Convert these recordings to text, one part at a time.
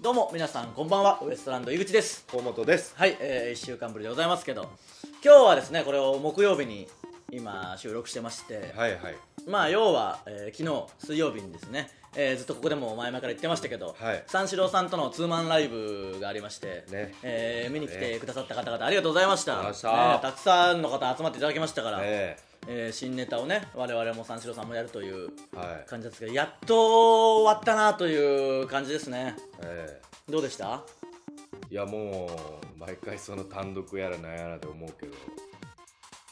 どうも皆さんこんばんはウエストランド井口です河本ですはい、え1週間ぶりでございますけど今日はですねこれを木曜日に今収録してまして、はいはいまあ要は、えー昨日水曜日にですね、えーずっとここでも前々から言ってましたけど、はい三四郎さんとのツーマンライブがありまして、ねえー見に来てくださった方々ありがとうございましたありがとうございましたねたくさんの方集まっていただきましたから、ええー新ネタをね我々も三四郎さんもやるというえはい感じですけどやっと終わったなという感じですねえどうでしたえいやもう毎回その単独やらなんやらで思うけど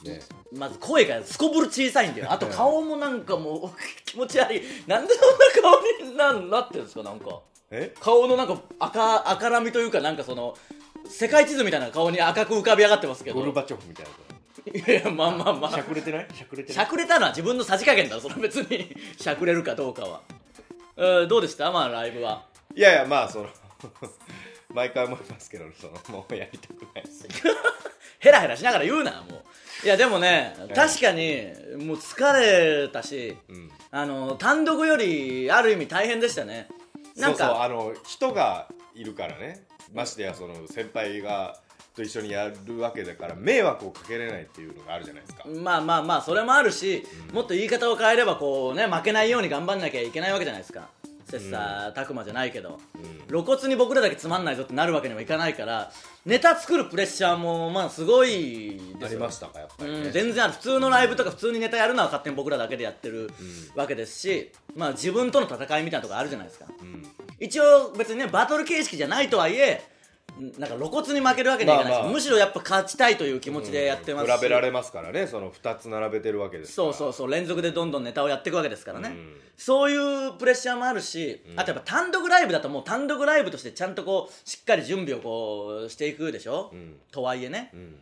ねまず声がすこぶる小さいん だよあと顔もなんかもう 気持ち悪いなんでそんな顔になんなってるんですかなんかえ顔のなんか赤赤らみというかなんかその世界地図みたいな顔に赤く浮かび上がってますけどゴルバチョフみたいいやいやまあまあまなしゃあくれてないしゃくれてしなゃいくれたのは自分のさじ加減だろそれ別にしゃくれるかどうかは、えーどうでしたまあライブはいやいやまあその 毎回思いますけどそのもうやりたくないですヘラヘラしながら言うなもういやでもねえ確かにもう疲れたしうんあの単独よりある意味大変でしたねなんかそうそうあの人がいるからねましてやその先輩がと一緒にやるわけだから迷惑をかけれないっていうのがあるじゃないですか、まあまあまあそれもあるし、もっと言い方を変えればこうね負けないように頑張んなきゃいけないわけじゃないですか切磋琢磨じゃないけど、うん露骨に僕らだけつまんないぞってなるわけにもいかないからネタ作るプレッシャーもまあすごいですよねありましたかやっぱり、ねうん、全然ある普通のライブとか普通にネタやるのは勝手に僕らだけでやってるわけですし、まあ自分との戦いみたいなとこあるじゃないですかうん一応別にねバトル形式じゃないとはいえんなんか露骨に負けるわけにはいかないし、まあまあむしろやっぱ勝ちたいという気持ちでやってますし、比べられますからねその2つ並べてるわけですからそうそうそう連続でどんどんネタをやっていくわけですからね、うんそういうプレッシャーもあるし、あとやっぱ単独ライブだともう単独ライブとしてちゃんとこうしっかり準備をこうしていくでしょ、んとはいえね、ん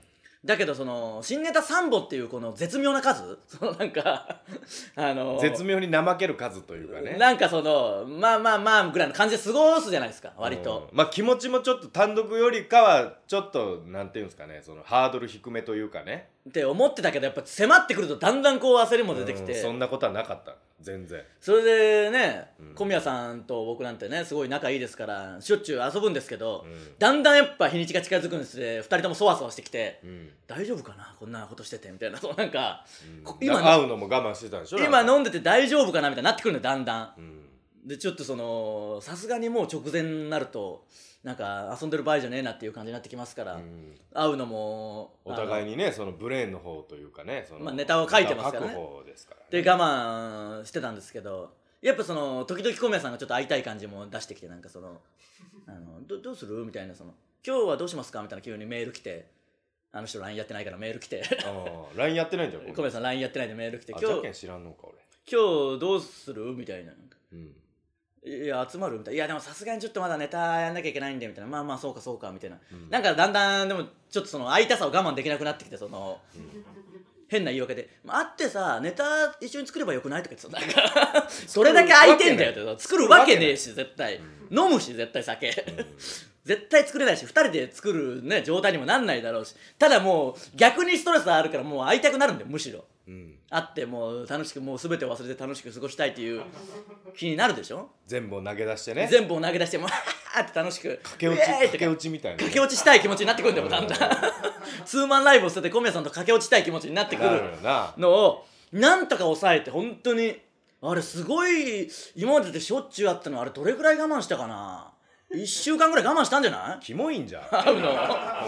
だけどその新ネタ3本っていうこの絶妙な数 そのなんか あの絶妙に怠ける数というかねなんかそのまあまあまあぐらいの感じで過ごすじゃないですか割と、うんまあ気持ちもちょっと単独よりかはちょっとなんていうんですかねそのハードル低めというかねって思ってたけどやっぱ迫ってくるとだんだんこう焦りも出てきて、うんそんなことはなかった全然それでね、小宮さんと僕なんてねすごい仲いいですからしょっちゅう遊ぶんですけど、んだんだんやっぱ日にちが近づくにつれ2人ともそわそわしてきて、うん大丈夫かなこんなことしててみたいなそうなんか、こ今今会うのも我慢してたんでしょ今なんか飲んでて大丈夫かなみたいになってくるのよだんだんうんでちょっとそのさすがにもう直前になるとなんか遊んでる場合じゃねえなっていう感じになってきますから、うん会うのもお互いににねそのブレーンの方というかねそのまあネタを書いてますからねネタを書く方ですからねで我慢してたんですけどやっぱその時々小宮さんがちょっと会いたい感じも出してきてなんかその「あのどどうする?」みたいなその「今日はどうしますか?」みたいな急にメール来てあの人 LINE やってないからメール来てうん LINE やってないんじゃん小宮さん LINE やってないでメール来て「あ今じゃん日けん今知らんのか俺日どうする?」みたいなうんいや集まるみたいないやでもさすがにちょっとまだネタやんなきゃいけないんでみたいなまあまあそうかそうかみたいな、なんかだんだんでもちょっとその会いたさを我慢できなくなってきてその、変な言い訳で「まあ会ってさネタ一緒に作ればよくない?」とか言ってたなんかそれだけ空いてんだよって作るわけねえし絶対、飲むし絶対酒、絶対作れないし2人で作るね状態にもなんないだろうしただもう逆にストレスあるからもう会いたくなるんだよむしろうん会ってもう楽しくもう全てを忘れて楽しく過ごしたいって いう気になるでしょ全部を投げ出してね全部を投げ出してもう あって楽しく駆け落イエーちイって駆け落ちみたいなね駆け落ちしたい気持ちになってくるんだよだんだんツーマンライブを捨てて小宮さんと駆け落ちしたい気持ちになってくなるるよなのをなんとか抑えて本当にあれすごい今まででしょっちゅうあったのあれどれぐらい我慢したかな1週間ぐらい我慢したんじゃないキモいんじゃん 会うのお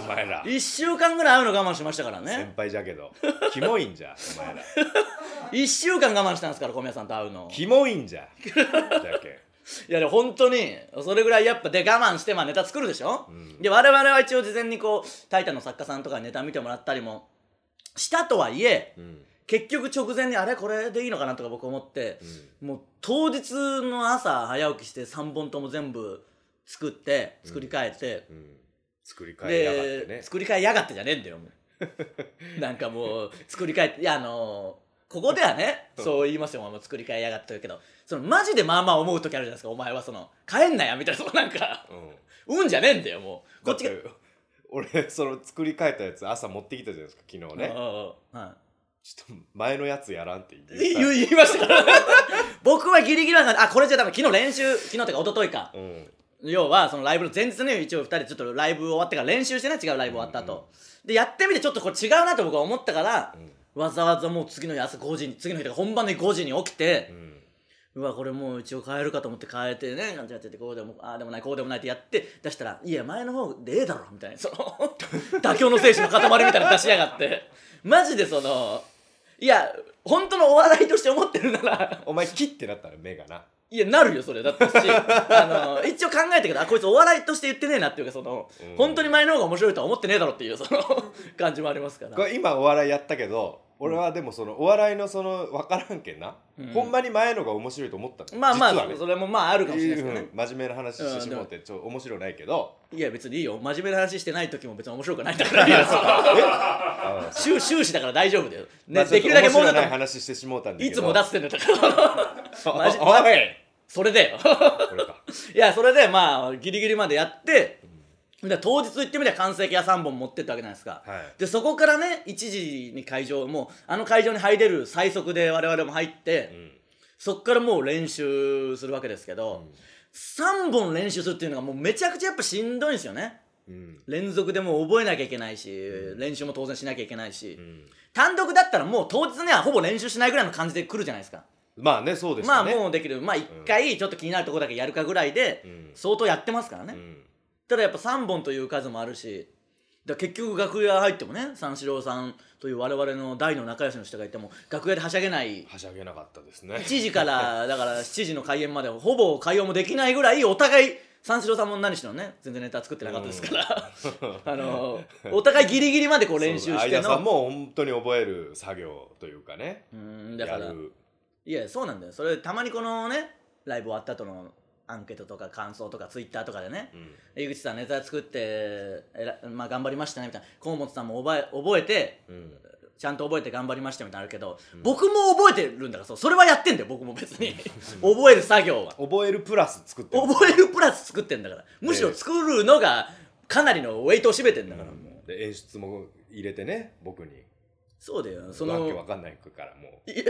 前ら1週間ぐらい会うの我慢しましたからね先輩じゃけどキモいんじゃお前ら1週間我慢したんですから小宮さんと会うのキモいんじゃじゃけんいやでも本当にそれぐらいやっぱで我慢してまあネタ作るでしょ、で我々は一応事前にこう「タイタン」の作家さんとかにネタ見てもらったりもしたとはいえ、ん結局直前にあれこれでいいのかなとか僕思って、もう当日の朝早起きして3本とも全部作って作り変えて、うん作り変えやがってでね作り変えやがってじゃねえんだよも うなんかもう作り変えていやあのーここでは ねそう言いますよもう作り変えやがってと言うけどそのマジでまあまあ思う時あるじゃないですかお前はその帰んなやみたいなそのなんか うんうんじゃねえんだよもうこだっっちがて俺その作り変えたやつ朝持ってきたじゃないですか昨日ねうんうんうんはちょっと前のやつやらんってい言言っい 言いましたから僕はギリギリなんかあこれじゃダメ昨日練習昨日とか一昨日かたうん要はそのライブの前日ね一応2人でちょっとライブ終わってから練習してね違うライブ終わった後、でやってみてちょっとこれ違うなと僕は思ったから、わざわざもう次の日朝5時に次の日とか本番で5時に起きて、んうわこれもう一応変えるかと思って変えてね感じやっててこうでもああでもないこうでもないってやって出したら「いや前の方でええだろ」みたいなその妥協の精神の塊みたいなの出しやがってマジでそのいや本当のお笑いとして思ってるならお前キッてなったら目がないや、なるよ、それ。だったし、あの、一応考えたけど、あ、こいつお笑いとして言ってねえなっていうか、その、うん本当に前の方が面白いとは思ってねえだろっていう、その、感じもありますから。これ今お笑いやったけど俺はでもそのお笑いのその分からんけんな、うんほんまに前のが面白いと思ったのまあまあ、実はねそれもまああるかもしれないですけどね。うん真面目な話してしもうてちょ面白ないけどいや、別にいいよ。真面目な話してない時も別に面白くないんだ から。いや、そあ の、終終始だから大丈夫だよ。まね、あできるだけもうちちょっょっと面白ない話してしもうたと、んだけどいつも出してんだから。 おマジおいそれでよ。これかいや、それでまあ、ギリギリまでやって、で当日行ってみりゃ完成形は3本持ってったわけじゃないですか。はいでそこからね1時に会場もうあの会場に入れる最速で我々も入って、んそこからもう練習するわけですけど、3本練習するっていうのがもうめちゃくちゃやっぱしんどいんですよねうん連続でもう覚えなきゃいけないし、練習も当然しなきゃいけないし、うん単独だったらもう当日にはほぼ練習しないぐらいの感じで来るじゃないですか、まあねそうでしまたあねもうできるまあ1回ちょっと気になるとこだけやるかぐらいで、ん相当やってますからね、うんただやっぱ3本という数もあるしだから結局楽屋入ってもね三四郎さんという我々の大の仲良しの人がいても楽屋ではしゃげないはしゃげなかったですね1時 からだから7時の開演までほぼ会話もできないぐらいお互い三四郎さんも何しろね全然ネタ作ってなかったですから、 あのお互いギリギリまでこう練習して相田さんのも本当に覚える作業というかねうんだやからるいやそうなんだよそれたまにこのねライブ終わった後のアンケートとか感想とかツイッターとかでね、うん井口さんネタ作ってえら、まあ、頑張りましたねみたいな河本さんも覚え覚えてうんちゃんと覚えて頑張りましたみたいなのあるけど、僕も覚えてるんだからそうそれはやってんだよ僕も別に覚える作業は覚えるプラス作ってる覚えるプラス作ってんだからむしろ作るのがかなりのウェイトを占めてんだから、もうで演出も入れてね僕にそうだよそわけのわかんないからもいや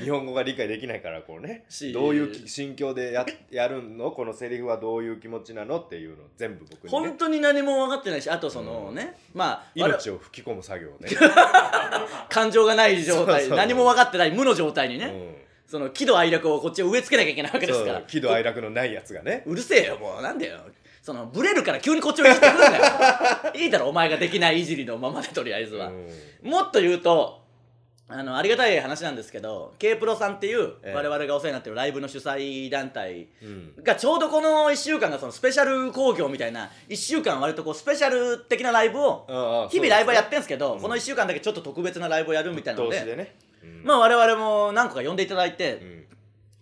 う 日本語が理解できないからこうねしどういうき心境でややるのこのセリフはどういう気持ちなのっていうのを全部僕に、本ね、当に何も分かってないしあとそのね、まあ我々命を吹き込む作業をね、感情がない状態そうそう何も分かってない無の状態 にね、うその喜怒哀楽をこっち植え付けなきゃいけないわけん、ですかそらう喜怒哀楽のないやつがねうるせえよもうなんだよそのブレるから急にこっちをいじってくるんだよ いいだろお前ができないいじりのままでとりあえずうは、んもっと言うとあのありがたい話なんですけど k プロさんっていうええ我々がお世話になってるライブの主催団体うんがちょうどこの1週間がそのスペシャル興行みたいな1週間割とこうスペシャル的なライブをああ日々ライブはやっててるんですけどこの1週間だけちょっと特別なライブをやるみたいなの投資ででね、うんまあ我々も何個か呼んでいただいて、うん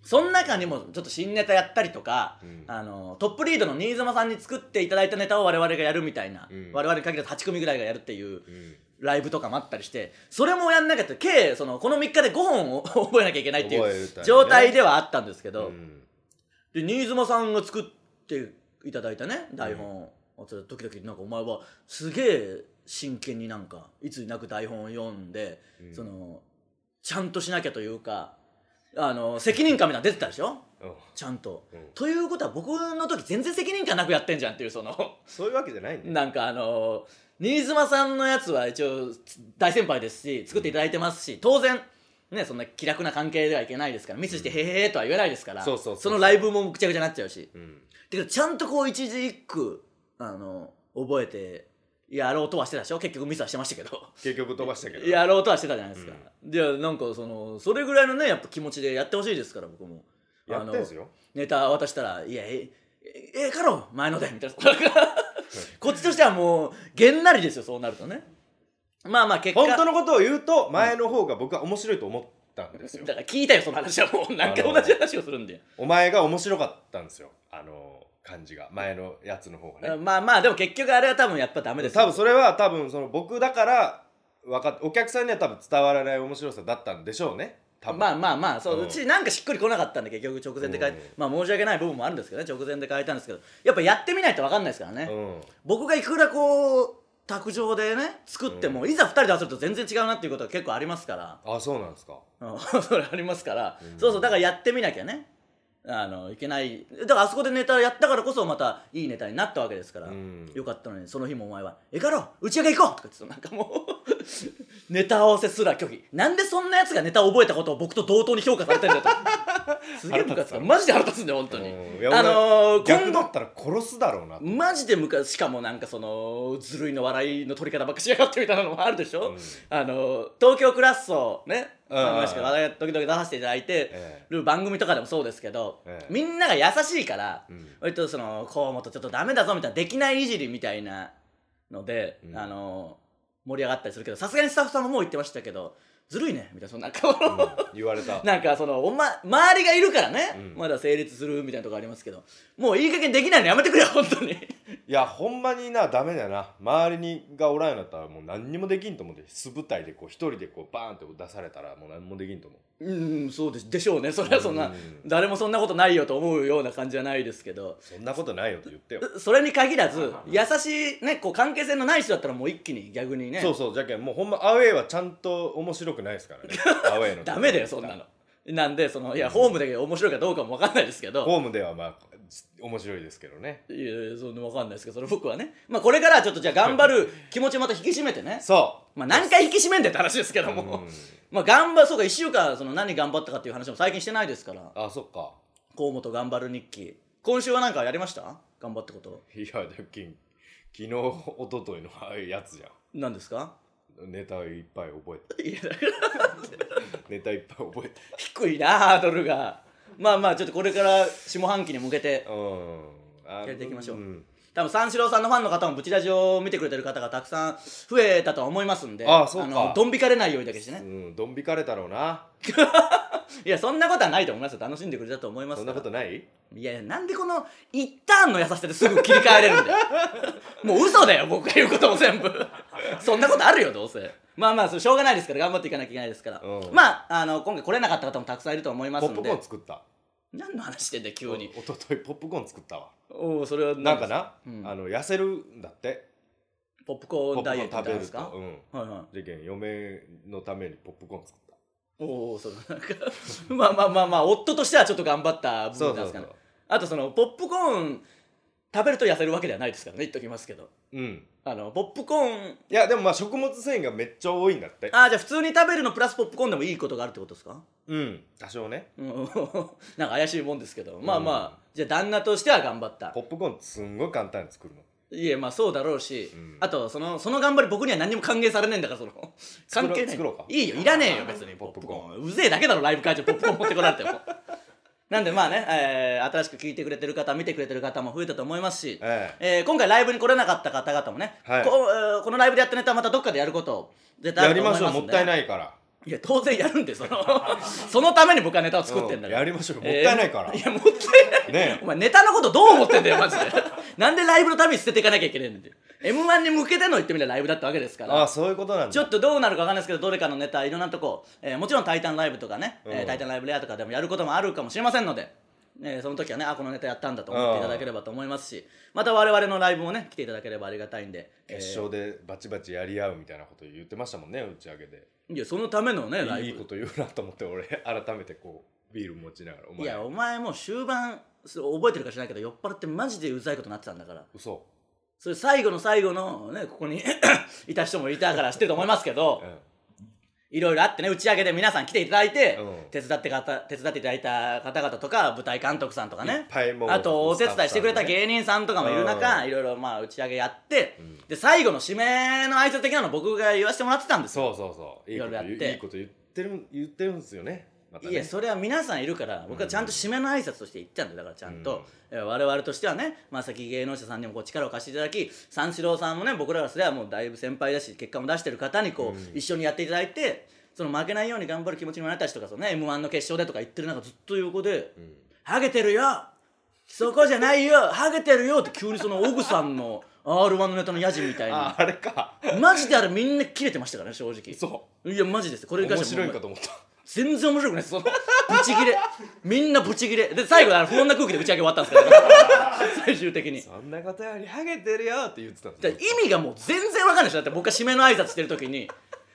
その中にもちょっと新ネタやったりとか、うんあのトップリードの新妻さんに作っていただいたネタを我々がやるみたいな、うん我々に限らず8組ぐらいがやるっていううんライブとかもあったりしてそれもやんなきゃって計そのこの3日で5本を 覚えなきゃいけないって覚えるいためにうね状態ではあったんですけうど、んで新妻さんが作っていただいたね台本を、それ時々なんかお前はすげえ真剣になんかいつになく台本を読んで、うんそのちゃんとしなきゃというかあの責任感みたいなの出てたでしょうんちゃんと、うんということは僕の時全然責任感なくやってんじゃんっていうその そういうわけじゃないんだよなんかあの新妻さんのやつは一応大先輩ですし作っていただいてますし当然ねそんな気楽な関係ではいけないですからミスして「へへへ」とは言えないですから、そうそうそうのライブもぐちゃぐちゃになっちゃうしうんてかちゃんとこう一字一句あの覚えてやろうとはしてたでしょ結局ミスはしてましたけど結局飛ばしたけどやろうとはしてたじゃないですか、でなんかそのそれぐらいのねやっぱ気持ちでやってほしいですから僕もやってんすよネタ渡したら「いやええええかろ前ので」みたいなこっちとしてはもうげんなりですよそうなるとねまあまあ結果本当のことを言うと前の方が僕は面白いと思ったんですよだから聞いたよその話はもう何回同じ話をするんでお前が面白かったんですよあの感じが前のやつの方がねまあまあでも結局あれは多分やっぱダメですよ多分それは多分その僕だからわかっお客さんには多分伝わらない面白さだったんでしょうね多分まあまあまあそう、ううんちなんかしっくりこなかったんで結局直前で変え、うんまあ申し訳ない部分もあるんですけどね直前で変えたんですけどやっぱやってみないと分かんないですからね、うん僕がいくらこう卓上でね作っても、いざ2人で遊ぶと全然違うなっていうことは結構ありますからあそうなんですか うんそれありますから、そうそうだからやってみなきゃねあのいけないだからあそこでネタやったからこそまたいいネタになったわけですから、うんよかったのにその日もお前は「えかろう打ち上げ行こう!」とか言ってたなんかもう ネタ合わせすら拒否なんでそんなやつがネタを覚えたことを僕と同等に評価されてんだよ とすげえムカつく腹立つなマジで腹立つんだよ本当にうんいやあのー俺逆今だ後ったら殺すだろうなってマジでムカしかもなんかそのずるいの笑いの取り方ばっかしやがってみたいなのもあるでしょ、うんあの東京クラッソねうんありましたけどあれ時々出させていただいてえる番組とかでもそうですけど、ええみんなが優しいから、うん割とその河本ちょっとダメだぞみたいなできないいじりみたいなので、うんあの盛り上がったりするけどさすがにスタッフさんももう言ってましたけどずるいねみたいなそんな顔の、うん言われた なんかそのお、ま、周りがいるからね、うんまだ成立するみたいなとこありますけどもういい加減できないのやめてくれよ本当にいやほんまになダメだな周りにがおらんようになったらもう何にもできんと思って素舞台でこう一人でこうバーンって出されたらもう何もできんと思ううんそうでしでしょうねそれはそんな、うん誰もそんなことないよと思うような感じはないですけどそんなことないよと言ってよそれに限らず優しいねこう関係性のない人だったらもう一気に逆にねそうそうじゃけんもうほんまアウェイはちゃんと面白くないで すからねアウェイのダメだよそんなのなんでそのいやホームだけど面白いかどうかも分かんないですけどホームではまあ面白いですけどねいやいやそんな分かんないですけどそれ僕はねまあこれからはちょっとじゃあ頑張る気持ちをまた引き締めてねそまあ何回引き締めんでって話ですけうども、うんまあ頑張そうか1週間その何頑張ったかっていう話も最近してないですからあそっか河本頑張る日記今週は何かやりました頑張ったこといやじゃけん昨日一昨日のああいうやつじゃ何ですかんネタいっぱい覚えいやだからて ネタいっぱい覚えて低いなハードルがまあまあちょっとこれから下半期に向けてうんあやっていきましょうん多分三四郎さんのファンの方もブチラジオを見てくれてる方がたくさん増えたとは思いますんであそうかのドン引かれないようにだけしてうねんドン引かれたろうないやそんなことはないと思いますよ楽しんでくれたと思いますそんかならことないいやいやなんでこの一旦の優しさですぐ切り替えれるんだよ もう嘘だよ僕が言うことも全部そんなことあるよどうせまあまあそれしょうがないですから頑張っていかなきゃいけないですから、うんまああの今回来れなかった方もたくさんいると思いまポすッんプコーでン作った何の話してんだよ急におとといポップコーン作ったわおおそれはなんかな、うんあの痩せるんだってポップコーンダイエットみたいなんですポッかプコーン食べるとはいはいうんじゃけん嫁のためにポップコーン作っおおそのなんか まあまあまあまあ夫としてはちょっと頑張ったた部分なんですかねあとそのポップコーン食べると痩せるわけではないですからね言っときますけどうんあのポップコーンいやでもまあ食物繊維がめっちゃ多いんだってああじゃあ普通に食べるのプラスポップコーンでもいいことがあるってことですかうん多少ねうん なんか怪しいもんですけどまあまあじゃあ旦那としては頑張ったポップコーンすんごい簡単に作るのいえまあそうだろうし、うんあとそのその頑張り僕には何にも歓迎されねえんだか らそのろ関う係ない作ろうかいいよいらねえよ別にポッポッププココーーンうぜえだけだろライブ会場ポップコーン持ってこられてもなんでまあね、えー新しく聞いてくれてる方見てくれてる方も増えたと思いますし、えええー今回ライブに来れなかった方々もね、はいこうえーこのライブでやったネタはまたどっかでやることを絶対あやるりと思いまますんでしょうもったいないからいや当然やるんでその そのために僕はネタを作ってんだから、うんやりましょうよもったいないからえーいやもったいないねお前ネタのことどう思ってんだよマジで なんでライブのために捨てていかなきゃいけないんだよ m 1に向けての言ってみればライブだったわけですかあらあそういうことなんだちょっとどうなるかわかんないですけどどれかのネタいろんなとこ、えーもちろん「タイタンライブ」とかね「えーうんタイタンライブレア」とかでもやることもあるかもしれませんので、えーその時はねあこのネタやったんだと思っていただければと思いますしまた我々のライブもね来ていただければありがたいんで、えー決勝でバチバチやり合うみたいなこと言ってましたもんね打ち上げでいやそのためのねラいイいブこと言うなと思って俺改めてこうビール持ちながらおい前やお前もう終盤そう覚えてるか知らないけど酔っ払ってマジでうざいことになってたんだから嘘それ最後の最後のねここに いた人もいたから知ってると思いますけどうんいろいろあってね打ち上げで皆さん来ていただいて、うん手伝って方手伝っていただいた方々とか舞台監督さんとかいっねぱいもうあとお手伝いしてくれたスタッ芸人さんとかもいる中、ういろいろまあ打ち上げやって、うんで最後の締めの挨拶的なの僕が言わせてもらってたんですよそうそうそういいこいろいと言うろやっていいこと言ってる言ってるんですよねまたいやねそれは皆さんいるから僕はちゃんと締めの挨拶として言ってたんだよだからちゃんと、えー我々としてはね、まあ、先芸能者さんにもこう力を貸していただき三四郎さんもね僕らがすればもうだいぶ先輩だし結果も出してる方にこう、一緒にやっていただいてその負けないように頑張る気持ちにもなったりとかその、ね、m 1の決勝でとか言ってる中ずっと横でん「ハゲてるよそこじゃないよハゲてるよ」って急にそのオグさんの r 1のネタのヤジみたいあなあれかマジであれみんな切れてましたからね正直そいやマジですこうれに関面してはもう白いかと思った全然面白くないですそのブチギレみんなブチギレで最後あの不穏な空気で打ち上げ終わったんですけど 最終的にそんなことよりハゲてるよって言ってたんだから意味がもう全然わかんないでしょだって僕が締めの挨拶してる時に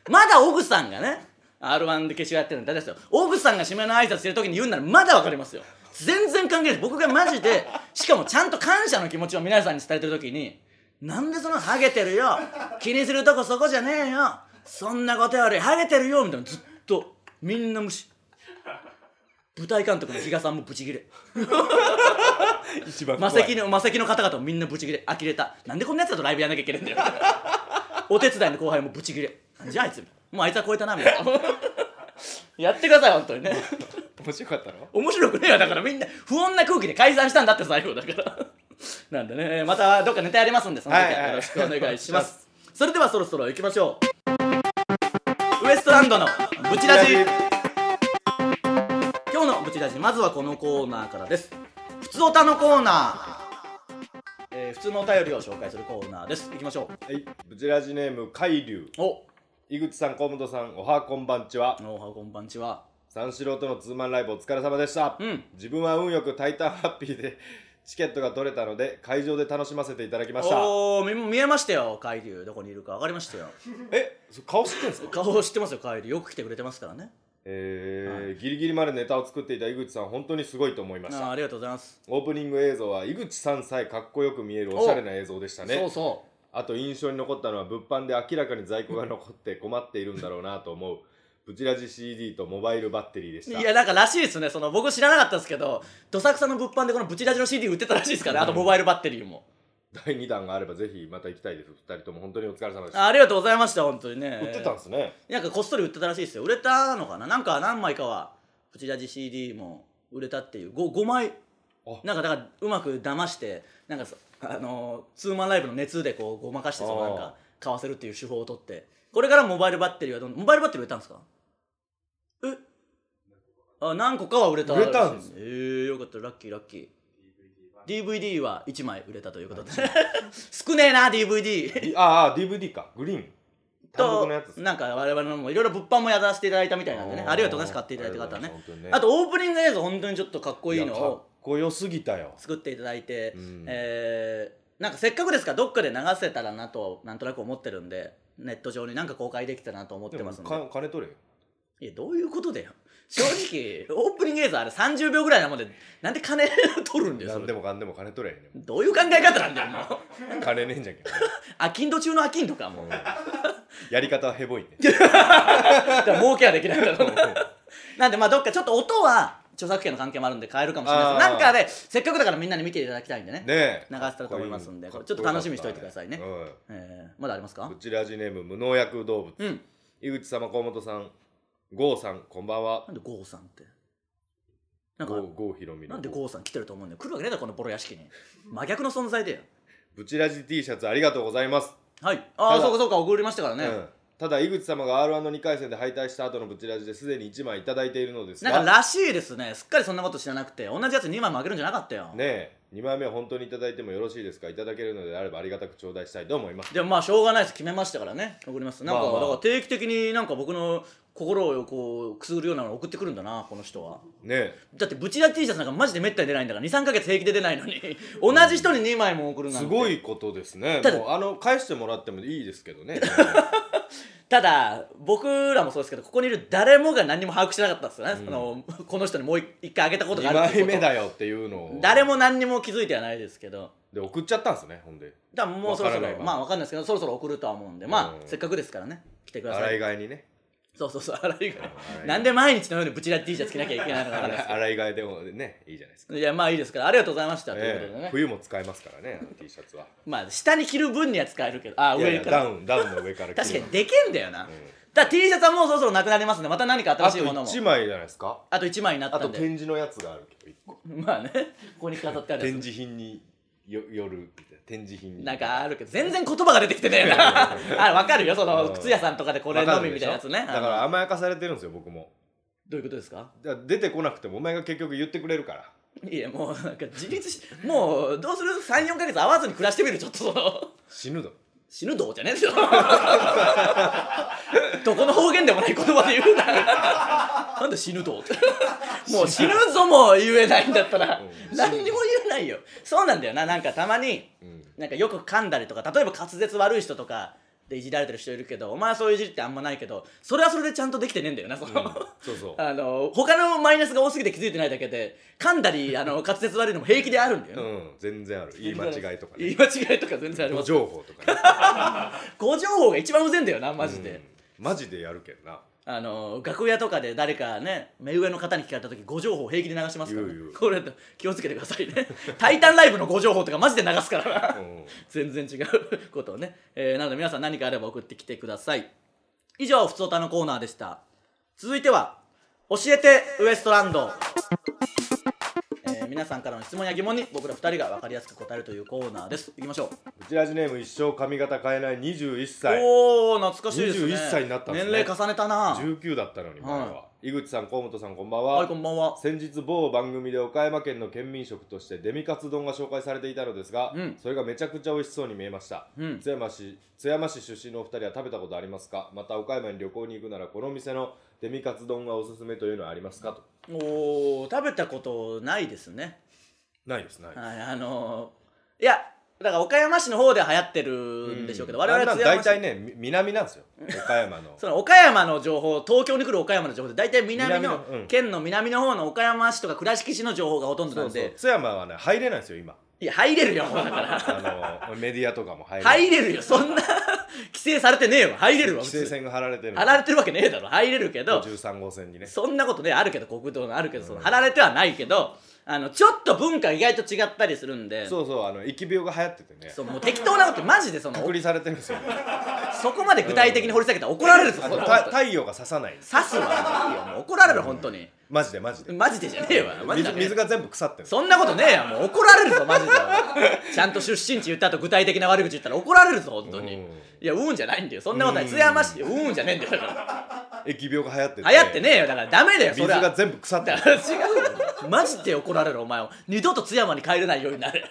まだオグさんがね r 1で決勝やってるんで大丈夫ですよオグさんが締めの挨拶してる時に言うんならまだわかりますよ全然関係ないです僕がマジでしかもちゃんと感謝の気持ちを皆さんに伝えてる時になんでそのハゲてるよ気にするとこそこじゃねえよそんなことよりハゲてるよみたいなずっとみんな無視舞台監督の比嘉さんもブチギレ 一番マ怖いセキの魔石の方々もみんなブチギレ呆れたなんでこんなやつだとライブやんなきゃいけないんだよ お手伝いの後輩もブチギレなんじゃあいつもうあいつは超えたなみたいな やってください本当にね面白かったの面白くねえよだからみんな不穏な空気で解散したんだって最後だから なんでねまたどっかネタやりますんでその時はいははいよろしくお願いしますそれではそろそろ行きましょうウエストランドのブチラジ今日のブチラジまずはこのコーナーからです普通おたのコーナー、えー普通のお便りを紹介するコーナーです行きましょはいブチラジネーム海流うお井口さん河本さんおはこんばんちはノウハウこんばんちは三四郎とのツーマンライブお疲れ様でした、うん自分は運よく「タイタンハッピー」でチケットが取れたので会場で楽しませていただきましたおお見見えましたよ海流どこにいるか分かりましたよえそ顔知ってんすか顔知ってますよ海流よく来てくれてますからねえーギリギリまでネタを作っていた井口さん本当にすごいと思いましあーたありがとうございますオープニング映像は井口さんさえかっこよく見えるおしゃれな映像でしたねそうそあと印象に残ったのは物販で明らかに在庫が残って困っているんだろうなと思うブチラジ CD とモバイルバッテリーでうしいたやなんからしいですねその僕知らなかったですけどどさくさの物販でこのブチラジの CD 売ってたらしいですから、あとモバイルバッテリーも第2弾があればぜひまた行きたいです2人とも本当にお疲れ様でしたあありがとうございました本当にね売ってたんですねなんかこっそり売ってたらしいですよ売れたのかななんか何枚かはブチラジ CD も売れたっていう 5, 5枚あなんかだからうまく騙してなんかそあのーツーマンライブの熱でこうごまかしてそのなんあーか買わせるっていう手法を取ってこれからモバイルバッテリーはどんモバイルバッテリー売れたんですかえあ何個かは売れた売れたんですええー、よかったラッキーラッキー DVD は1枚売れたということで 少ねえな DVD いああ DVD かグリーン単独のやつですねなんか我々のもいろいろ物販もやらせていただいたみたいなんでねおーありがとうございます買っていただいた方はありねがとうございます本当にねあとオープニング映像本当にちょっとかっこいいのやかっをこよすぎたよ作っていただいて、うんえーなんかせっかくですからどっかで流せたらなとなんとなく思ってるんでネット上になんか公開できたらなと思ってでもますんでか金取れよいやどういうことだよ正直オープニング映像あれ30秒ぐらいなもんでなんで金取るんだよそ何れでもかんでも金取れへんねどういう考え方なんだよもう金ねえん じゃんけんアキンド中のアキンドかもうやり方はヘボいねだから儲けはできないだろうななんでまあどっかちょっと音は著作権の関係もあるんで変えるかもしれないですあーなんかでせっかくだからみんなに見ていただきたいんでねねえ流したと思いますんでかっこいいちょっと楽しみにしといてくださいねうんえーまだありますかブチラジネーム無農薬動物うん井口様河本さん郷さんこんばんはなんで郷さんってなんか郷郷ひろみのなんで郷さん来てると思うんだよ来るわけねえだろこのボロ屋敷に真逆の存在でよブチラジ T シャツありがとうございます、はいあたあだそうかそうか送りましたからうねんただ井口様が r 1の2回戦で敗退した後のブチラジですでに1枚いただいているのですがなんからしいですねすっかりそんなこと知らなくて同じやつ2枚もあげるんじゃなかったよねえ2枚目本当にいただいてもよろしいですかいただけるのであればありがたく頂戴したいと思いますでもまあしょうがないです決めましたからね送りますなんか、まあまあだから定期的になんか僕の心をこうくすぐるようなの送ってくるんだなこの人はねだってブチラ T シャツなんかマジでめったに出ないんだから23か月平気で出ないのに同じ人に2枚も送るえなんすてごいことですねただもうあの返してもらってもいいですけどねただ僕らもそうですけどここにいる誰もが何も把握してなかったんですよね、そのこの人にもう一回あげた ことが2あるって枚こと目だよっていうのを誰も何にも気づいてはないですけどで送っちゃったんですねほんでだからもうそろそわからないろわまあわかんないですけどそろそろ送るとは思うんでまあ、うんせっかくですからね来てくださ洗いい替えにねそうそうそう洗い替うえんなんで毎日のようにブチラ T シャツ着なきゃいけないのかわからないです 洗い替えでもねいいじゃない ですか、いやまあいいですからありがとうございましたということでええね、冬も使えますからねあの T シャツはまあ下に着る分には使えるけどあいやい上やかダらウンダウンの上から確かるにでけえんだよな、だから T シャツはもうそろそろなくなりますんでまた何かあ新しといものも1枚じゃないですかあと1枚になっあたとんで展示のやつがあるけど一個 まあねここに飾ってある展やつ示品によよるみたいな展示品になんかあるけど全然言葉が出てきてねえな あ分かるよそのうん靴屋さんとかでこれわ飲かみるみでたしいょなやつねだからあの甘やかされてるんですよ僕もどういうことですかだから出てこなくてもお前が結局言ってくれるからいやもうなんか自立しもうどうする34か月会わずに暮らしてみるちょっとその死ぬぞ死ぬどうじゃねえんですよどこの方言でもない言葉で言うななんで死ぬどうってもう死ぬぞも言えないんだったらう何にも言えないよそうなんだよななんかたまにうんなんかよく噛んだりとか例えば滑舌悪い人とかでいじられてる人いるけどお前はそういういじりってあんまないけどそれはそれでちゃんとできてねえんだよなその、そうそうあの他のマイナスが多すぎて気づいてないだけで噛んだりあの滑舌悪いのも平気であるんだようね、ん全然ある言い間違いとか言ねい間違いとか全然あり誤ます情報とかねご情報が一番うぜんだよなマジで、うんマジでやるけんなあの楽屋とかで誰かね目上の方に聞かれた時ご情報平気で流しますから、ね、言う言うこれ気をつけてくださいね 「タイタンライブ」のご情報とかマジで流すから な うん全然違うことをね、えーなので皆さん何かあれば送ってきてください以上ふつおたのコーナーでした続いては教えてウエストランド、えー皆さんからの質問や疑問に僕ら2人が分かりやすく答えるというコーナーですいきましょう、ブチラジネーム一生髪型変えない21歳おお懐かしいですね21歳になったんですね年齢重ねたな19だったのに前はは井口さん河本さんこんばんはいはこんばんは先日某番組で岡山県の県民食としてデミカツ丼が紹介されていたのですが、うんそれがめちゃくちゃ美味しそうに見えました、うん津山市津山市出身のお二人は食べたことありますかまた岡山に旅行に行くならこの店のデミカツ丼がおすすめというのはありますかとおお食べたことないですねないですないはいあのーいやだから岡山市の方では流行ってるんでしょうけど、我々はあん津な山ん市大体ねみ南なんですよ岡山の その岡山の情報東京に来る岡山の情報で大体南の南のうん県の南の方の岡山市とか倉敷市の情報がほとんどそなうんそでう津山はね入れないんですよ今いや入れるよもうだから あのメディアとかも 入れない入れるよそんな 規制されてねえよ入れるわ規制線が張られてる貼られてるわけねえだろ入れるけど13号線にねそんなことねあるけど国道のあるけどその貼られてはないけどあのちょっと文化意外と違ったりするんでそうそうあの疫病が流行っててねそうもう適当なことマジでそ隔の離されてるんですよそこまで具体的に掘り下げたら怒られるぞあそのんなたこと刺太陽が刺さないんですすわいいよもう怒られる本当にマジでマジでマジでじゃねえわマジで水水が全部腐ってるそんなことねえやもう怒られるぞマジでちゃんと出身地言った後具体的な悪口言ったら怒られるぞ本当にうんいやうんじゃないんだよそんなことないうん津山市いやうんじゃねえんだよだか疫病が流行ってら流行ってねえよだからダメだよそ水れはが全部腐ってだる から違うよマジで怒られるお前を二度と津山に帰れないようになれ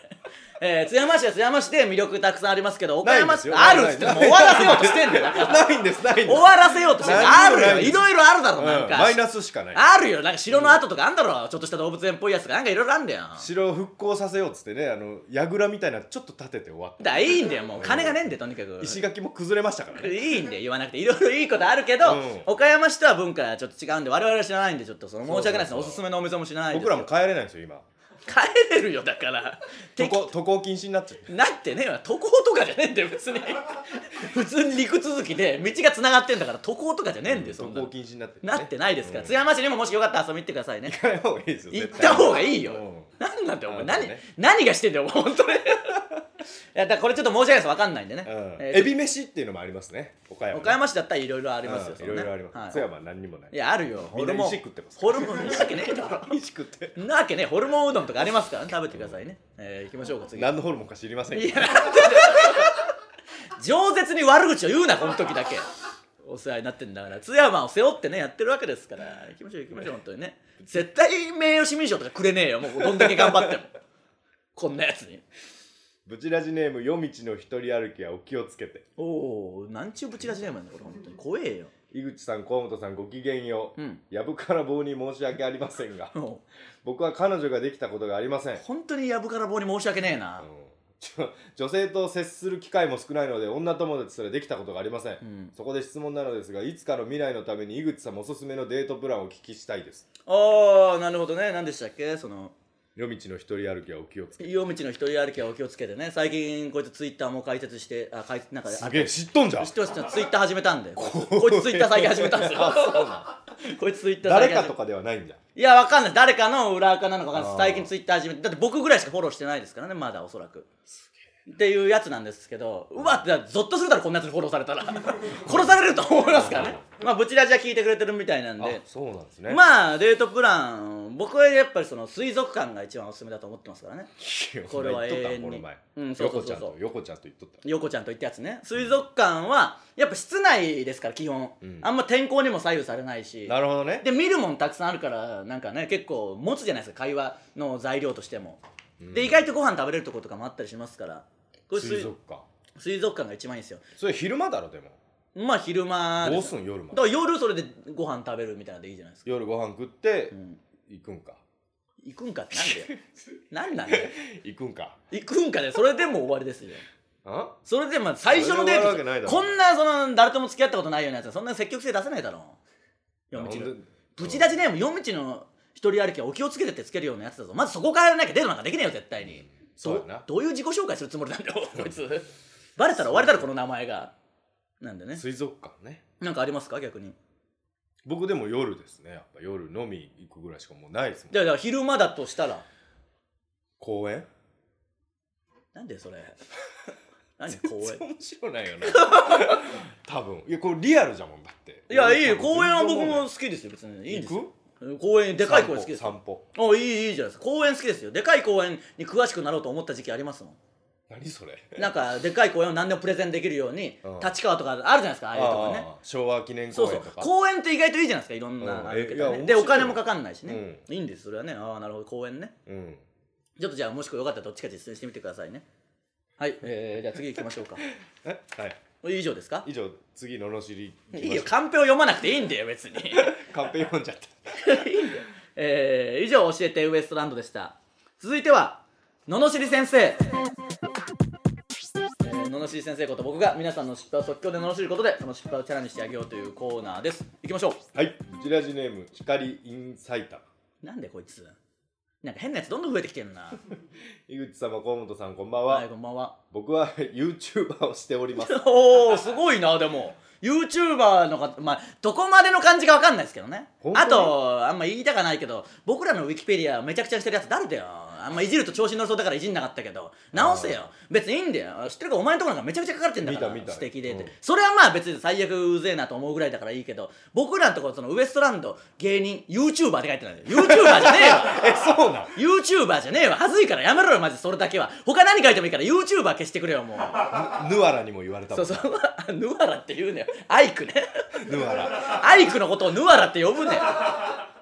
えー、津山市は津山市で魅力たくさんありますけど岡ない山んです市よあるっつってないもう終わらせようとしてんだよだから ないんですないん で終すわらせようとしてんだよあ何にもないるよですいろいろあるだろなんうんか、マイナスしかないあるよなんか城の跡とかあんだろちょっとした動物園っぽいやつとかなんかいろいろあんだよ城を復興させようっつってねあの櫓みたいなのちょっと立てて終わっだからいいんだよもう金がねえんだよとにかくた石垣も崩れましたからねいいんで言わなくていろいろいいことあるけど、うん岡山市とは文化がちょっと違うんで我々は知らないんでちょっとその申し訳ないですねそうそうそうおすすめのお店も知らないです僕らも帰れないんですよ今帰れるよだから渡て航渡航禁止になっちゃってきなってねえわ渡航とかじゃねえんだよ別に 普通に陸続きで道がつながってんだから渡航とかじゃねえんだよそ渡んな航の禁止になってなってないですから、うん津山市にももしよかったら遊びに行ってくださいね行かない方がいいですよ行っ絶対た方がいいよ、うん何なんだよお前な何,、るほどね何がしてんだよお前本当にいやだからこれちょっと申し訳ないです分かんないんでね、うんえーエビ飯っていうのもありますね岡山ね岡山市だったらいろいろありますよ、うんそいのろねいろあります、はい津山は何にもないいやあるよみホんなルモン石食ってますホルモン石食ねえだろ美味しくてんなわけねえホルモンうどんとかありますからね食べてくださいね、えー、行きましょうか次 何のホルモンか知りませんいけどやなんで饒舌に悪口を言うなこの時だけお世話になってんだから津山を背負ってねやってるわけですから行きましょう行きましょう本当にね絶対名誉市民賞とかくれねえよもうどんだけ頑張ってもこんなやつにブチラジネーム夜道の一人歩きはお気をつけておおなんちゅうぶち出しねえもんだこれ本当に怖えよ井口さん河本さんごきげんよう、うんやぶから棒に申し訳ありませんがも僕は彼女ができたことがありません、うう本当にやぶから棒に申し訳ねえな、んちょ女性と接する機会も少ないので女友達すらできたことがありません、んそこで質問なのですがいつかの未来のために井口さんもおすすめのデートプランをお聞きしたいですああなるほどね何でしたっけその夜道の一人歩きはお気をつけて夜道の一人歩きはお気をつけてね最近こいつツイッターも解説してあ解なんかあすげえ知っとんじゃん知ってます知ってますツイッター始めたんでこいつツイッター最近始めたんですよこいつツイッター最誰近か始とめかではないんだいやわかんない誰かの裏垢なのかわかんないあでーす最近ツイッター始めてだって僕ぐらいしかフォローしてないですからねまだおそらくっていうやつなんですけどうわってゾッとするだろこんなやつにフォローされた ら殺されると思いますからねまあブチラジは聞いてくれてるみたいなんあでそうなんですねまあデートプラン僕はやっぱりその水族館が一番おすすめだと思ってますからねここれれはは言っとった永遠にこの前うんそうそ横うちそゃうんそうと横ちゃんと言っとった横ちゃんと言ったやつね水族館はやっぱ室内ですから基本、うんあんま天候にも左右されないしなるほどねで見るもんたくさんあるからなんかね結構持つじゃないですか会話の材料としても、で意外とご飯食べれるとことかもあったりしますからこれ水水水族族館館が一番いいんですよそれ昼間だろでもまあ昼間どでうすすん夜まだでから夜それでご飯食べるみたいなのでいいじゃないですか、夜ご飯食ってうん、行くんか行くんかってなんでよなんなんだよ行くんか行くんかでそれでも終わりですよあそれでまあ最初のデそれで終わるわけないーだトろこんなその誰とも付き合ったことないようなやつはそんな積極性出せないだろ夜道ほんのでブチ立ちねも夜道の一人歩きはお気をつけてってつけるようなやつだぞまずそこからやらなきゃデートなんかできねえよ絶対に、そうやなどどういう自己紹介するつもりなんだよ こいつバレたら終わりだろこの名前がなんでね 水族館ねなんかありますか逆に僕でも夜ですねやっぱ夜飲み行くぐらいしかもうないですもんじゃあじゃあ昼間だとしたら公園なんでそ れ何公園面白な いよね多分いやこれリアルじゃもんだっていやいいよよ公園は僕も好きですよ別にいいんですよ行公園くでかい公園好きですよ散歩おいいいいいじゃないですか公園好きですよでかい公園に詳しくなろうと思った時期ありますもん散歩何それなんかでかい公園を何でもプレゼンできるように、うん立川とかあるじゃないですかああいうとこねああ昭和記念そ公うそ園うとか公園って意外といいじゃないですかいろんうんなあるけいやどね面で白いお金もかかんないしね、いいんですそれはねああなるほど公園ねうんちょっとじゃあもしくはよかったらどっちか実践してみてくださいねはい、 えー、じゃあ次行きましょうかえはい 以上ですか以上次ののしり行いきいましよょうカンペを読まなくていいんだよ別に カンペ読んじゃったえー、以上教えてウエストランドでした続いてはののしり先生えーののしり先生こと僕が皆さんの失敗を即興でののしることでその失敗をチャラにしてあげようというコーナーです行きましょうはいブチラジネーム光インサイタなんでこいつなんか変なやつどんどん増えてきてんな井口様河本さんこんばんは、はいこんばんは僕は YouTuber をしておりますおおすごいなでも YouTuber の方まあどこまでの感じかわかんないですけどね本当にあとあんま言いたかないけど僕らのウィキペディアめちゃくちゃにしてるやつ誰だよあんまいじると調子に乗りそうだからいじんなかったけど直せよ別にいいんだよ知ってるかお前のところなんかめちゃくちゃ書かれてんだから見た見た指摘でって、うんそれはまあ別に最悪うぜえなと思うぐらいだからいいけど僕らのところそのウエストランド芸人 YouTuber って書いてないよ YouTuber じゃねえわえそうなん YouTuber じゃねえわ恥ずいからやめろよマジそれだけは他何書いてもいいから YouTuber 消してくれよもうヌアラにも言われたそもうんそうあヌアラって言うねよアイクねヌアラアイクのことをヌアラって呼ぶねよ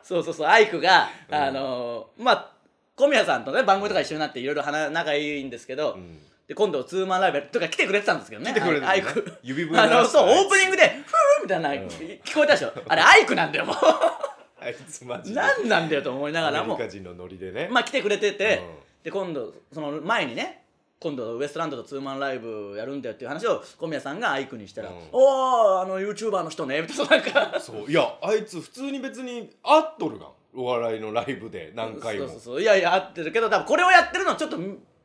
そうそうそうアイクがあのーまあ小宮さんとね番組とか一緒になっていろいろ話仲いいんですけど、んで今度ツーマンライブとか来てくれてたんですけどね来てくれてたねアイク指笛あ鳴らのしたそうやつオープニングで「フー」みたいな、聞こえたでしょあれアイクなんだよもあいつマうジで何なんだよと思いながアらメもリカ人のノリでね、 まあ来てくれてて、うんで今度その前にね今度ウエストランドとツーマンライブやるんだよっていう話を小宮さんがアイクにしたら「うんおおあの YouTuber の人ね」みたいななんかそういやあいつ普通に別に会っとるがんお笑いのライブで 何回もそうそうそういやいや合ってるけど多分これをやってるのはちょっと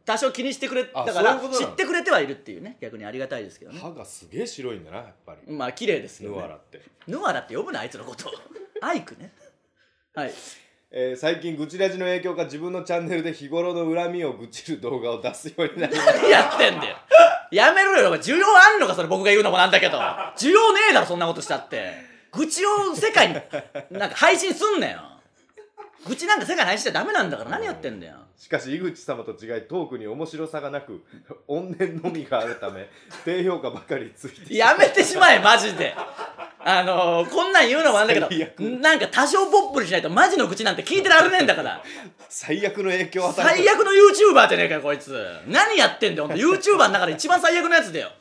多少気にしてくれたかあらそういうこと知なのってくれてはいるっていうね逆にありがたいですけどね歯がすげえ白いんだなやっぱり、まあ綺麗ですよ、ね、ヌアラって、ヌアラって呼ぶなあいつの ことアイクねはいえー最近愚痴ラジの影響か自分のチャンネルで日頃の恨みを愚痴る動画を出すようにな りました何やってんだよやめろよお前需要あんのかそれ僕が言うのもなんだけど需要ねえだろそんなことしたって愚痴を世界になんか配信すんなよ愚痴なんか世界に配信しちゃダメなんだから何やってんだよしかし井口様と違いトークに面白さがなく怨念のみがあるため低評価ばかりついてやめてしまえマジであのー、こんなん言うのもなんだけ最悪どなんか多少ポップにしないとマジの愚痴なんて聞いてられねえんだから最悪の影響を与え最悪の YouTuber じゃねえかよこいつ何やってんだよほんと YouTuber の中で一番最悪のやつだよ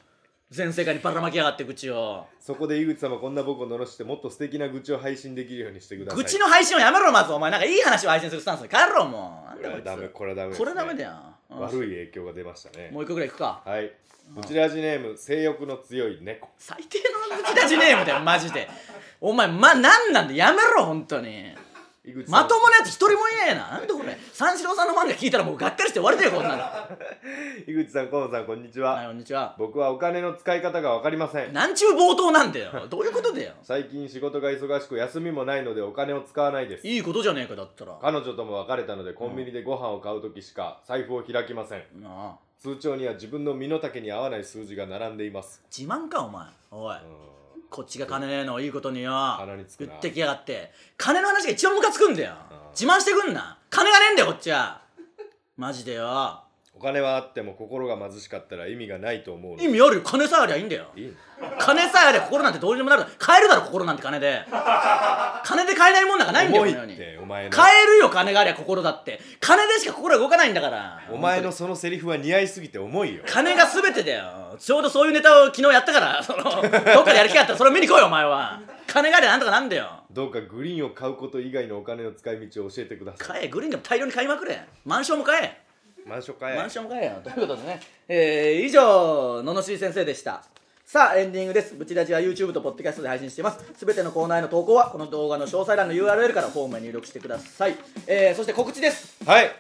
全世界にばらまきやがって愚痴をそこで井口様こんな僕を罵してもっと素敵な愚痴を配信できるようにしてください愚痴の配信をやめろまずお前なんかいい話を配信するスタンスで帰ろうもうなんこれはだダこメいこれはダメでつすねこれダメだよ、うん悪い影響が出ましたねもう一個ぐらいいくかはいブチラジネーム性欲の強い猫最低の愚痴だじねえみたいなマジでお前まなんなんだやめろ本当に井口様まともなやつ一人もいねえななんでこれ三四郎さんのファンが聞いたらもうがっかりして終わりだよこんなのは井口さん河野さんこんにちは、いこんにちは僕はお金の使い方が分かりませんなんちゅう冒頭なんだよどういうことだよ最近仕事が忙しく休みもないのでお金を使わないですいいことじゃねえかだったらな彼女とも別れたのでコンビニでご飯を買う時しか財布を開きませんあ通帳には自分の身の丈に合わない数字が並んでいます自慢かお前おいうんこっちが金ねえのをいいことによ鼻につく言なってきやがって金の話が一番ムカつくんだようん自慢してくんな金がねえんだよこっちはマジでよお金はあっても心が貧しかったら意味がないと思うの意味あるよ金さえありゃいいんだよいいの金さえありゃ心なんてどうにでもなる買えるだろ心なんて金で金で買えないもんなんかないんだよこ重いの世っにてお前の買えるよ金がありゃ心だって金でしか心は動かないんだからお前のそのセリフは似合いすぎて重いよ金が全てだよちょうどそういうネタを昨日やったからそのどっかでやる気があったらそれを見に来いよお前は金がありゃなんとかなんだよどうかグリーンを買うこと以外のお金の使い道を教えてください買えグリーンでも大量に買いまくれマンションも買えマンションかいマンション会やなということでね、えー以上ののしり先生でしたさあエンディングですブチラジは YouTube と Podcast で配信していますすべてのコーナーへの投稿はこの動画の詳細欄の URL からフォームへ入力してください、えーそして告知です はい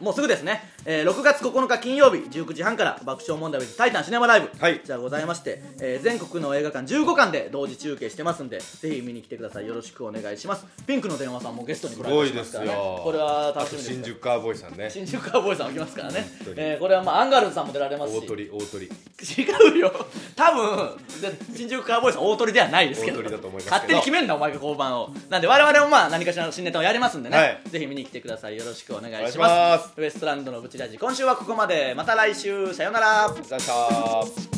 もうすぐですね、えー6月9日金曜日19時半から爆笑問題 with タイタンシネマライブはいじゃあございまして、えー全国の映画館15館で同時中継してますんでぜひ見に来てくださいよろしくお願いしますピンクの電話さんもゲストに来られてますからねすごいですよこれは楽しみですね新宿カーボーイさんね新宿カウボーイさん起きますからね本当、にえーこれは、まあ、アンガールズさんも出られます大し鳥大鳥違うよ多分で新宿カウボーイさん大鳥ではないですけど大鳥だと思いますけど勝手に決めんなお前が交番をなんで我々もまあ何かしらの新ネタをやりますんでね、はいぜひ見に来てくださいよろしくお願いしますお願いしますウエストランドのブチラジ今週はここまでまた来週さようならさあさあ